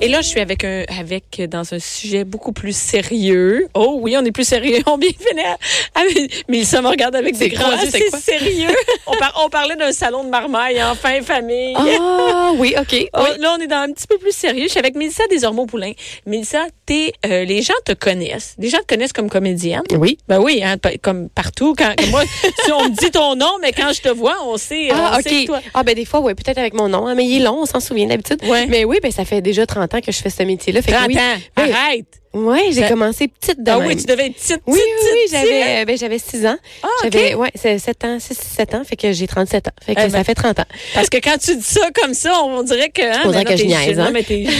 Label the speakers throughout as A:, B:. A: Et là, je suis avec un, avec euh, dans un sujet beaucoup plus sérieux. Oh oui, on est plus sérieux. On bien vénère. Ah, mais- mais ça me regarde avec des
B: C'est
A: grands
B: quoi,
A: yeux.
B: c'est
A: C'est
B: quoi?
A: sérieux. on, par- on parlait d'un salon de marmaille, enfin famille.
B: Ah oui, OK. Oui.
A: Oh, là, on est dans un petit peu plus sérieux. Je suis avec Mélissa Desormeaux-Poulain. Mélissa, t'es, euh, les gens te connaissent. Les gens te connaissent comme comédienne.
B: Oui.
A: Ben oui, hein, pa- comme partout. Quand, comme moi, si on me dit ton nom, mais quand je te vois, on sait, euh,
B: Ah,
A: on sait que
B: OK.
A: toi.
B: Ah, ben des fois, oui, peut-être avec mon nom, hein, mais il est long, on s'en souvient d'habitude.
A: Ouais.
B: Mais oui, ben ça fait déjà 30 ans que je fais ce métier-là. Fait que
A: 30
B: oui.
A: ans.
B: Oui.
A: Arrête.
B: Ouais, j'ai
A: Ça-
B: commencé petite de
A: Ah
B: même.
A: oui, tu devais être petite,
B: Oui, oui,
A: petite,
B: oui,
A: petite, petite.
B: j'avais ben, j'avais 6 ans.
A: Ah, OK.
B: J'avais ouais, c'est 7 ans, 6 7 ans, fait que j'ai 37 ans. Fait que
A: Eh ben.
B: ça fait 30 ans.
A: Parce que quand tu dis ça comme ça, on dirait que. Hein,
B: On
A: maintenant,
B: dirait que je
A: t'es
B: niaise,
A: jeune.
B: hein.
A: Non, mais t'es jeune.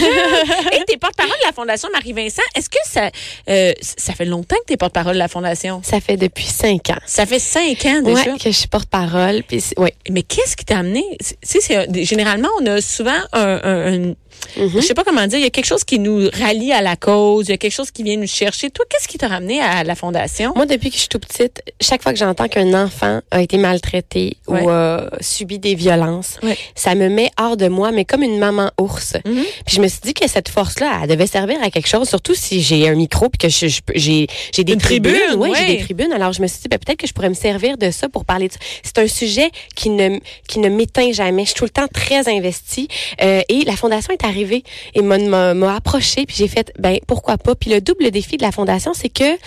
A: Et t'es porte-parole de la Fondation Marie-Vincent. Est-ce que ça, euh, ça fait longtemps que t'es porte-parole de la Fondation?
B: Ça fait depuis 5 ans.
A: Ça fait cinq ans déjà.
B: Ouais, que je suis porte-parole puis c'est- ouais.
A: Mais qu'est-ce qui t'a amené? Tu sais, c'est un- généralement, on a souvent un, un- un-
B: Hein?
A: je sais pas comment dire, il y a quelque chose qui nous rallie à la cause, il y a quelque chose qui vient nous chercher. Toi, qu'est-ce qui t'a ramené à la fondation?
B: Moi, depuis que je suis tout petite, chaque fois que j'entends qu'un enfant a été maltraité
A: Ouais.
B: ou a subi des violences,
A: Ouais.
B: ça me met hors de moi, mais comme une maman ours. Puis je me suis dit que cette force-là, elle devait servir à quelque chose, surtout si j'ai un micro puis que je, je peux- j'ai, j'ai des
A: Une
B: tribunes.
A: tribune,
B: ouais,
A: ouais.
B: j'ai des tribunes. Alors je me suis dit, ben, peut-être que je pourrais me servir de ça pour parler de ça. C'est un sujet qui ne, qui ne m'éteint jamais. Je suis tout le temps très investie. Euh, et la fondation est arrivée et m'a, m'a, m'a approchée puis j'ai fait, ben pourquoi pas. Puis le double défi de la fondation, c'est que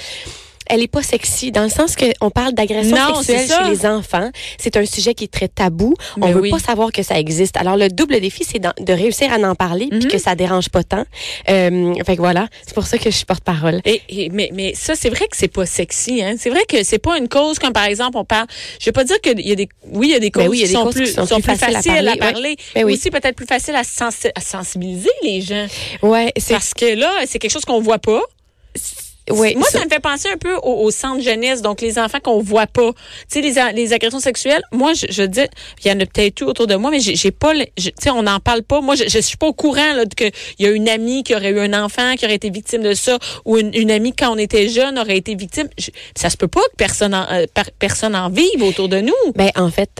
B: elle est pas sexy dans le sens que on parle d'agression
A: Non,
B: sexuelle
A: c'est ça.
B: chez les enfants. C'est un sujet qui est très tabou. on
A: Ben
B: veut
A: oui.
B: pas savoir que ça existe. Alors le double défi, c'est d'en- de réussir à en parler puis
A: Mhm.
B: que ça dérange pas tant. Euh, fait que voilà, c'est pour ça que je suis porte-parole.
A: Et, et- mais, mais ça, c'est vrai que c'est pas sexy. Hein? C'est vrai que c'est pas une cause comme, par exemple, on parle... Je vais pas dire qu'il y a des... Oui, il y a des causes,
B: Ben oui, il y a
A: qui,
B: des
A: sont
B: causes qui
A: plus,
B: sont plus faciles à
A: faciles à
B: parler, ouais.
A: parler.
B: Ben oui.
A: Aussi, peut-être plus faciles à, sensi- à sensibiliser les gens.
B: Ouais, c'est
A: Parce que là, c'est quelque chose qu'on voit pas.
B: ouais,
A: Moi, ça,
B: ça-
A: me fait penser un peu au, au centre jeunesse, donc les enfants qu'on voit pas. Tu sais, les, a- les agressions sexuelles, moi, je, je dis, il y en a peut-être tout autour de moi, mais j'ai j'ai pas, le- je- tu sais, on n'en parle pas. Moi, je, je suis pas au courant là, qu'il y a une amie qui aurait eu un enfant, qui aurait été victime de ça, ou une, une amie quand on était jeune aurait été victime. Je- ça se peut pas que personne en, euh, par- personne en vive autour de nous.
B: ben en fait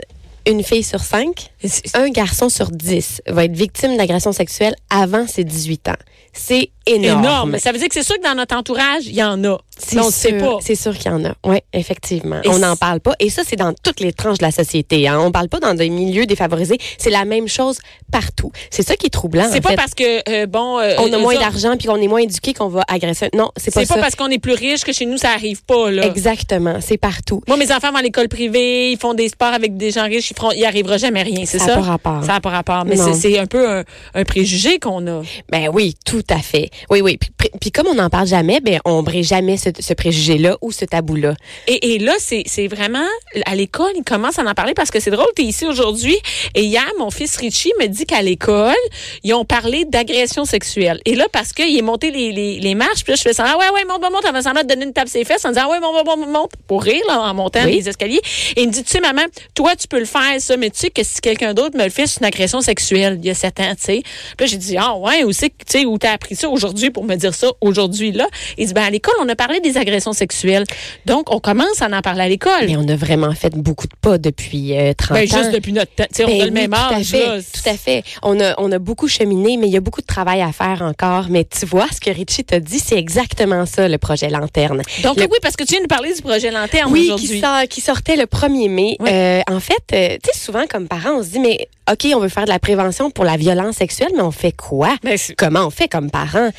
B: une fille sur cinq,
A: C'est- c'est
B: un garçon sur dix va être victime d'agression sexuelle avant ses 18 ans. C'est énorme.
A: Énorme. Ça veut dire que c'est sûr que dans notre entourage, il y en a.
B: C'est
A: Mais on ne sait
B: sûr-
A: pas.
B: C'est sûr qu'il y en a. Oui, effectivement.
A: Et
B: on
A: c-
B: n'en parle pas. Et ça, c'est dans toutes les tranches de la société. Hein. On parle pas dans des milieux défavorisés. C'est la même chose partout. C'est ça qui est troublant.
A: C'est
B: en
A: pas
B: fait.
A: parce que, euh, bon... euh,
B: on a
A: eux
B: moins
A: autres-
B: d'argent puis qu'on est moins éduqué qu'on va agresser. Non, c'est pas
A: C'est pas,
B: ça.
A: parce qu'on est plus riche que chez nous, ça arrive pas, là.
B: Exactement. C'est partout.
A: Moi, mes enfants vont à l'école privée, ils font des sports avec des gens riches, ils feront, il arrivera jamais rien, c'est
B: Ça
A: ça?
B: a pas rapport.
A: Ça n'a pas rapport. Mais
B: Non.
A: c'est- c'est un peu un, un préjugé qu'on a.
B: Ben oui, tout à fait. Oui, oui. Puis, pr- puis comme on n'en parle jamais, ben on brise jamais ce, ce préjugé-là ou ce tabou-là.
A: Et, et là, c'est c'est vraiment, à l'école, ils commencent à en parler parce que c'est drôle, tu es ici aujourd'hui. Et hier, mon fils Richie me dit qu'à l'école, ils ont parlé d'agression sexuelle. Et là, parce qu'il est monté les, les, les marches, puis là, je fais ça, ah ouais, ouais, monte, monte, monte, elle va s'en mettre, donner une tape ses fesses en disant, ah ouais, monte, monte, monte, monte, pour rire, là, en montant
B: Oui.
A: les escaliers. Et il me dit, tu sais, maman, toi, tu peux le faire, ça, mais tu sais que si quelqu'un d'autre me le fait, c'est une agression sexuelle, il y a sept ans, tu sais. Puis là, j'ai dit, ah ouais, où c'est, que- tu sais, où t'as appris ça aujourd'hui pour me dire ça aujourd'hui, là. Il dit, ben, à l'école, on a parlé des agressions sexuelles. Donc, on commence à en parler à l'école.
B: Mais on a vraiment fait beaucoup de pas depuis euh, 30
A: Ben,
B: ans.
A: juste depuis notre temps. Tu sais,
B: Ben
A: on a
B: oui,
A: le même
B: tout à
A: âge,
B: fait,
A: là.
B: Tout à fait. On a, on a beaucoup cheminé, mais il y a beaucoup de travail à faire encore. Mais tu vois, ce que Richie t'a dit, c'est exactement ça, le projet Lanterne.
A: Donc,
B: Le-
A: oui, parce que tu viens de parler du projet Lanterne
B: Oui, qui,
A: Ah, aujourd'hui.
B: sort- qui sortait le 1er mai.
A: Oui.
B: Euh, en fait, euh, tu sais, souvent, comme parents, on se dit, mais OK, on veut faire de la prévention pour la violence sexuelle, mais on fait quoi?
A: Ben, c'est-
B: Comment on fait comme parents?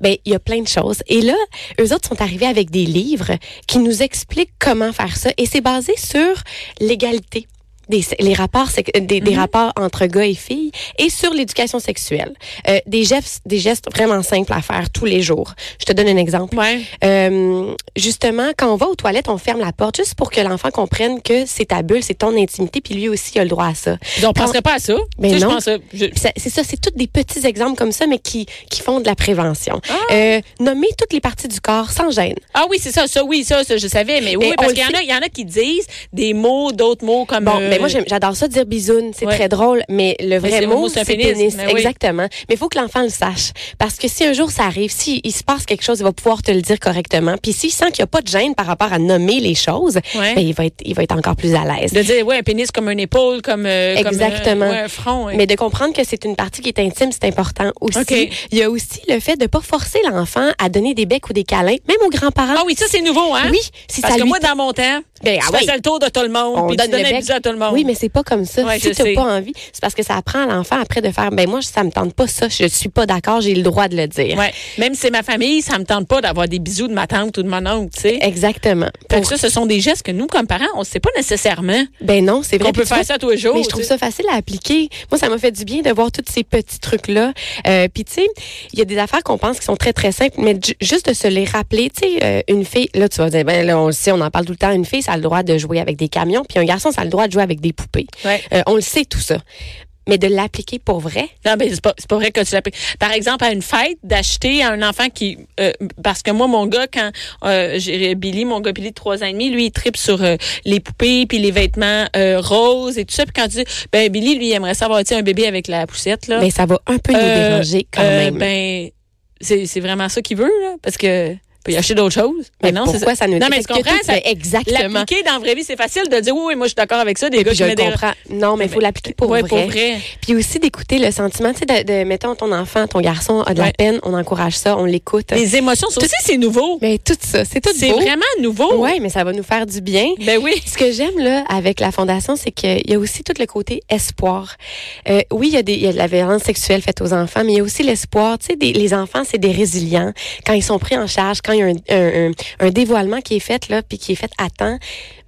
B: Ben, il y a plein de choses. Et là, eux autres sont arrivés avec des livres qui nous expliquent comment faire ça. Et c'est basé sur l'égalité. Des, les rapports sex- euh,
A: Mm-hmm.
B: des, des rapports entre gars et filles et sur l'éducation sexuelle Euh, des gestes des gestes vraiment simples à faire tous les jours je te donne un exemple
A: Ouais.
B: euh, justement, quand on va aux toilettes, on ferme la porte juste pour que l'enfant comprenne que c'est ta bulle, c'est ton intimité, puis lui aussi il a le droit à ça.
A: Donc, on
B: Quand-
A: penserait pas à ça.
B: Ben
A: Tu sais, je
B: non.
A: pense, euh, je-
B: Puis ça- C'est ça, c'est tous des petits exemples comme ça, mais qui, qui font de la prévention. Euh, nommer toutes les parties du corps sans gêne.
A: Ah oui, c'est ça, ça, oui, ça, ça, je savais. Mais oui,
B: Mais Ben, on
A: parce
B: le
A: qu'il y, en
B: sait.
A: a- il y en a qui disent des mots, d'autres mots comme
B: Bon,
A: euh,
B: ben Ben, moi, j'aime- j'adore ça dire bisoune. C'est
A: Ouais.
B: très drôle. Mais le
A: c'est-
B: vrai
A: le
B: mot,
A: mot, c'est un
B: c'est pénis.
A: pénis. Mais oui.
B: Exactement. Mais il faut que l'enfant le sache. Parce que si un jour ça arrive, s'il il se passe quelque chose, il va pouvoir te le dire correctement. Puis s'il sent qu'il n'y a pas de gêne par rapport à nommer les choses,
A: Ouais.
B: ben, il, va être, il va être encore plus à l'aise.
A: De dire, ouais, un pénis comme une épaule, comme, euh, comme, euh,
B: Exactement.
A: ouais, un front. ouais.
B: Mais de comprendre que c'est une partie qui est intime, c'est important aussi.
A: OK.
B: Il y a aussi le fait de pas forcer l'enfant à donner des becs ou des câlins, même aux grands-parents.
A: Ah oui, ça, c'est nouveau, hein?
B: Oui, si
A: Parce
B: ça
A: que
B: lui
A: moi, dans mon temps,
B: Ben,
A: je
B: ah oui.
A: faisais le tour de tout le monde, puis tu
B: donne le
A: donnais un
B: bec.
A: bisou à tout le monde.
B: Oui, mais c'est pas comme ça.
A: Ouais,
B: si
A: je
B: tu
A: sais.
B: n'as pas envie, c'est parce que ça apprend à l'enfant après de faire, ben moi, ça me tente pas ça, je suis pas d'accord, j'ai le droit de le dire.
A: Ouais. Même si c'est ma famille, ça me tente pas d'avoir des bisous de ma tante ou de mon oncle, tu sais.
B: Exactement.
A: Fait
B: Pour-
A: que ça, ce sont des gestes que nous, comme parents, on ne sait pas nécessairement
B: ben non, c'est vrai.
A: qu'on peut
B: Puis tu
A: faire ça tous les jours.
B: Mais je trouve
A: tu sais.
B: ça facile à appliquer. Moi, ça m'a fait du bien de voir tous ces petits trucs-là. Euh, Puis, tu sais, il y a des affaires qu'on pense qui sont très, très simples, mais ju- juste de se les rappeler. Tu sais, euh, une fille, là, tu vas dire, ben là, on le sait, on en parle tout le temps. Une fille, ça a le droit de jouer avec des camions, puis un garçon, ça a le droit de jouer avec des poupées.
A: Ouais.
B: Euh, on le sait, tout ça. Mais de l'appliquer pour vrai,
A: Non, mais Ah, ben, c'est pas, c'est pas vrai que tu l'appliques. Par exemple, à une fête, d'acheter à un enfant qui... euh, parce que moi, mon gars, quand euh, j'ai Billy, mon gars Billy de 3 ans et demi, lui, il tripe sur euh, les poupées, puis les vêtements euh, roses et tout ça. Puis quand tu dis, ben Billy, lui, il aimerait savoir, tu sais, un bébé avec la poussette, là.
B: ben, ça va un peu nous
A: Ah. Euh,
B: déranger quand
A: Euh,
B: même.
A: Ben, c'est c'est vraiment ça qu'il veut, là, parce que il peut y acheter d'autres choses.
B: Mais
A: Mais ben non, c'est ça.
B: pourquoi ça nous
A: Non, mais
B: Parce
A: tu
B: que
A: comprends,
B: tout-
A: ça-
B: ben, exactement.
A: L'appliquer dans la vraie vie, c'est facile de dire, oui, oui, moi, je suis d'accord avec ça, des gars
B: Puis
A: qui
B: Je
A: me
B: le
A: dérangent.
B: comprends. Non, mais il faut
A: Mais-
B: l'appliquer pour,
A: Ouais,
B: vrai.
A: pour vrai.
B: Puis aussi d'écouter le sentiment, tu sais, de, de- mettons ton enfant, ton garçon a de
A: Ouais.
B: la peine, on encourage ça, on l'écoute.
A: Les émotions, ça aussi, c'est nouveau.
B: Mais tout ça, c'est tout
A: C'est
B: beau.
A: vraiment nouveau.
B: Oui, mais ça va nous faire du bien.
A: Ben oui.
B: Ce que j'aime là avec la fondation, c'est qu'il y a aussi tout le côté espoir. Euh, oui, il y, a des- il y a de la violence sexuelle faite aux enfants, mais il y a aussi l'espoir. Tu sais, des- les enfants, c'est des résilients. Quand ils sont pris en charge, quand il y a un, un- un- un dévoilement qui est fait là, puis qui est fait à temps,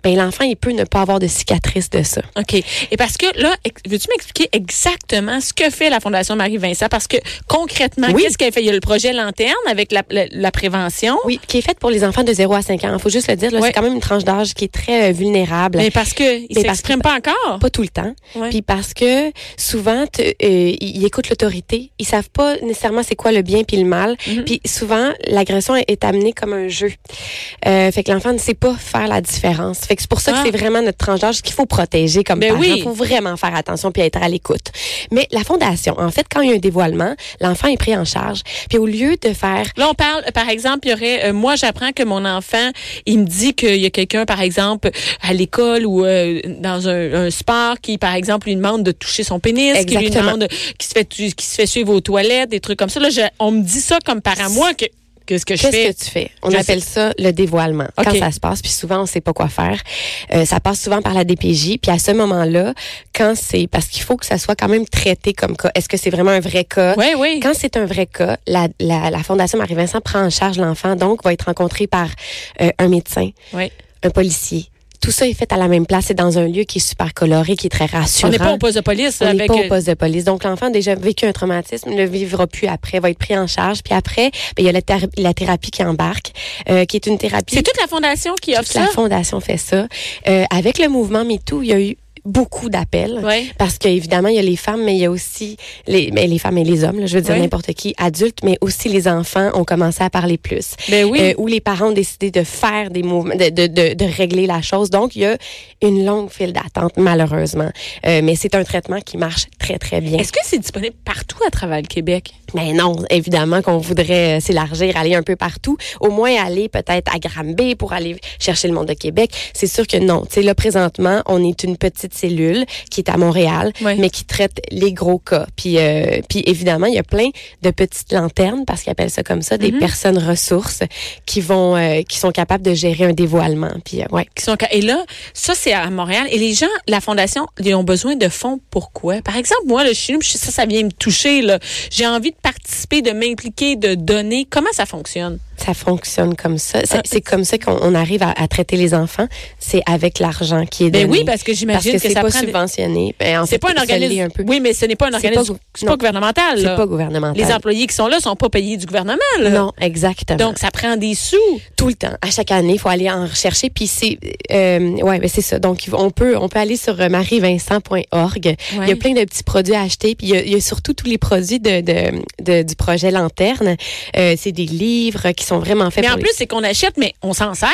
B: ben l'enfant, il peut ne pas avoir de cicatrice de ça.
A: OK. Et parce que là, ex- veux-tu m'expliquer exactement ce que fait la Fondation Marie-Vincent? Parce que concrètement,
B: Oui.
A: qu'est-ce qu'elle fait? Il y a le projet Lanterne avec la, la- la prévention.
B: Oui, qui est faite pour les enfants de 0 à 5 ans. Il faut juste le dire, là,
A: Ouais.
B: c'est quand même une tranche d'âge qui est très euh, vulnérable.
A: Mais parce qu'ils ne
B: Mais parce
A: s'expriment
B: que-
A: pas encore.
B: pas tout le temps.
A: Ouais.
B: Puis parce que souvent, tu- euh, ils écoutent l'autorité. Ils savent pas nécessairement c'est quoi le bien puis le mal.
A: Mhm.
B: Puis souvent, l'agression est- est amenée comme un jeu. Euh, fait que l'enfant ne sait pas faire la différence. Fait que c'est pour ça
A: Ah.
B: que c'est vraiment notre tranche d'âge qu'il faut protéger comme
A: Ben
B: parent.
A: oui.
B: faut vraiment faire attention puis être à l'écoute. Mais la fondation, en fait, quand il y a un dévoilement, l'enfant est pris en charge. Puis au lieu de faire
A: Là, on parle, euh, par exemple, il y aurait, euh, moi, j'apprends que mon enfant, il me dit qu'il y a quelqu'un, par exemple, à l'école ou euh, dans un, un sport qui, par exemple, lui demande de toucher son pénis, qui lui
B: Exactement.
A: demande, qui se fait, tu- qui se fait suivre aux toilettes, des trucs comme ça. Là, je- on me dit ça comme parent, moi, que, que ce que je fais.
B: Qu'est-ce que tu fais? On
A: Je
B: appelle ça le dévoilement.
A: OK.
B: Quand ça se passe, puis souvent, on sait pas quoi faire. Euh, ça passe souvent par la DPJ. Puis à ce moment-là, quand c'est... Parce qu'il faut que ça soit quand même traité comme cas. Est-ce que c'est vraiment un vrai cas?
A: Oui, oui.
B: Quand c'est un vrai cas, la, la, la Fondation Marie-Vincent prend en charge l'enfant, donc va être rencontré par euh, un médecin,
A: Ouais.
B: un policier. Tout ça est fait à la même place et dans un lieu qui est super coloré, qui est très rassurant.
A: On n'est pas au poste de police.
B: On n'est
A: avec,
B: pas
A: euh,
B: au poste de police. Donc, l'enfant a déjà vécu un traumatisme, ne le vivra plus après, va être pris en charge. Puis après, ben, il y a la, thé- la thérapie qui embarque, euh, qui est une thérapie.
A: C'est toute la fondation qui offre
B: Toute la
A: ça.
B: fondation fait ça. Euh, avec le mouvement MeToo, il y a eu beaucoup d'appels.
A: Oui.
B: Parce qu'évidemment, il y a les femmes, mais il y a aussi les, ben, les femmes et les hommes, là, je veux dire
A: Ouais.
B: n'importe qui, adultes, mais aussi les enfants ont commencé à parler plus.
A: Ben oui.
B: Euh, où les parents ont décidé de faire des mouvements, de, de, de, de régler la chose. Donc, il y a une longue file d'attente, malheureusement. Euh, mais c'est un traitement qui marche très, très bien.
A: Est-ce que c'est disponible partout à travers le Québec?
B: Mais non, évidemment qu'on voudrait euh, s'élargir, aller un peu partout, au moins aller peut-être à Granby pour aller chercher le monde de Québec. C'est sûr que non. Tu sais, là, présentement, on est une petite cellule qui est à Montréal,
A: Ouais.
B: mais qui traite les gros cas. Puis, euh, puis évidemment, il y a plein de petites lanternes, parce qu'ils appellent ça comme ça,
A: Mm-hmm.
B: des personnes ressources qui vont, euh, qui sont capables de gérer un dévoilement. Puis, euh, ouais.
A: qui sont et là ça c'est à Montréal et les gens la fondation ils ont besoin de fonds pourquoi par exemple moi le chinois ça ça vient me toucher là j'ai envie de participer de m'impliquer de donner comment ça fonctionne
B: Ça fonctionne comme ça.
A: Ah.
B: C'est c'est comme ça qu'on on arrive à, à traiter les enfants. C'est avec l'argent qui est
A: ben
B: donné.
A: oui parce que
B: Parce
A: j'imagine
B: que
A: que,
B: c'est
A: ça
B: pas
A: prend des-
B: subventionné. Ben, en
A: c'est
B: fait,
A: pas un
B: ça l'est
A: organisme
B: un peu.
A: oui mais ce n'est pas un
B: C'est pas
A: organisme
B: gou-
A: c'est pas
B: non.
A: gouvernemental là.
B: C'est pas gouvernemental.
A: les employés qui sont là sont pas payés du gouvernement là.
B: Non, exactement.
A: donc ça prend des sous
B: tout le temps, à chaque année, il faut aller en rechercher. Puis c'est, euh, ouais, ben c'est ça. Donc on peut, on peut aller sur euh, marievincent.org. Il y
A: Ouais.
B: a plein de petits produits à acheter. Puis il y a, il y a surtout tous les produits de, de, de- du projet Lanterne. Euh, c'est des livres qui sont vraiment faits.
A: mais
B: pour
A: en
B: les-
A: plus c'est qu'on achète mais on s'en sert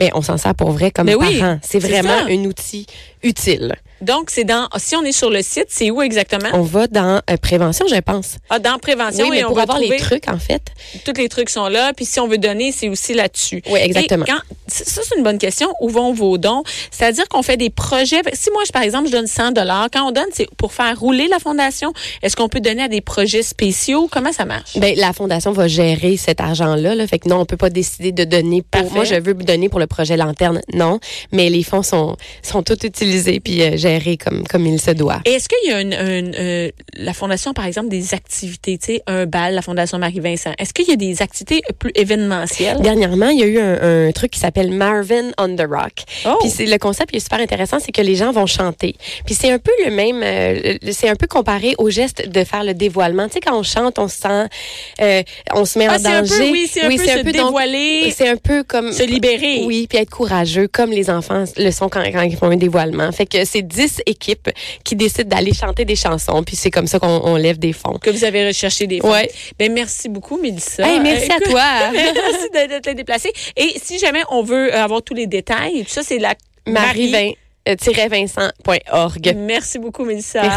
B: mais on s'en sert pour vrai comme
A: Mais oui,
B: parents. c'est
A: c'est
B: vraiment
A: ça.
B: un outil utile.
A: Donc, c'est dans, si on est sur le site, c'est où exactement?
B: On va dans euh, prévention, je pense.
A: Ah, dans prévention,
B: Oui, mais
A: et on
B: pour
A: va
B: avoir les
A: trouver-
B: trucs, en fait.
A: tous les trucs sont là. Puis si on veut donner, c'est aussi là-dessus.
B: Oui, exactement.
A: Et quand- ça, ça, c'est une bonne question. Où vont vos dons? C'est-à-dire qu'on fait des projets. Si moi, je, par exemple, je donne 100 dollars, quand on donne, c'est pour faire rouler la fondation. Est-ce qu'on peut donner à des projets spéciaux? Comment ça marche?
B: Ben, la fondation va gérer cet argent-là. Là. Fait que non, on peut pas décider de donner pour.
A: Parfait.
B: Moi, je veux donner pour le projet Lanterne. Non, mais les fonds sont sont tous utilisés puis euh, gérés comme comme il se doit.
A: Et est-ce qu'il y a une, une, euh, la fondation, par exemple, des activités, tu sais, un bal, la fondation Marie-Vincent. Est-ce qu'il y a des activités plus événementielles?
B: Dernièrement, il y a eu un, un truc qui s'appelle Marvin on the Rock.
A: Oh!
B: Puis c'est le concept il est super intéressant, c'est que les gens vont chanter. Puis c'est un peu le même, euh, le- c'est un peu comparé au geste de faire le dévoilement. Tu sais quand on chante, on se sent, euh, on se met
A: Ah,
B: en
A: c'est un
B: danger.
A: peu, oui, c'est un peu se
B: donc,
A: dévoiler,
B: c'est un peu comme
A: se libérer.
B: Oui, puis être courageux, comme les enfants le sont quand, quand ils font un dévoilement. Fait que c'est 10 équipes qui décident d'aller chanter des chansons, puis c'est comme ça qu'on on lève des fonds.
A: que vous avez recherché des fonds.
B: Ouais.
A: Ben, merci beaucoup, Mélissa.
B: Hey, merci
A: Euh,
B: à
A: écoute,
B: toi.
A: merci de, de te déplacer. Et si jamais on veut euh, avoir tous les détails, tout ça, c'est la
B: euh, Marie-Vincent.org.
A: Merci beaucoup, Mélissa.
B: Merci.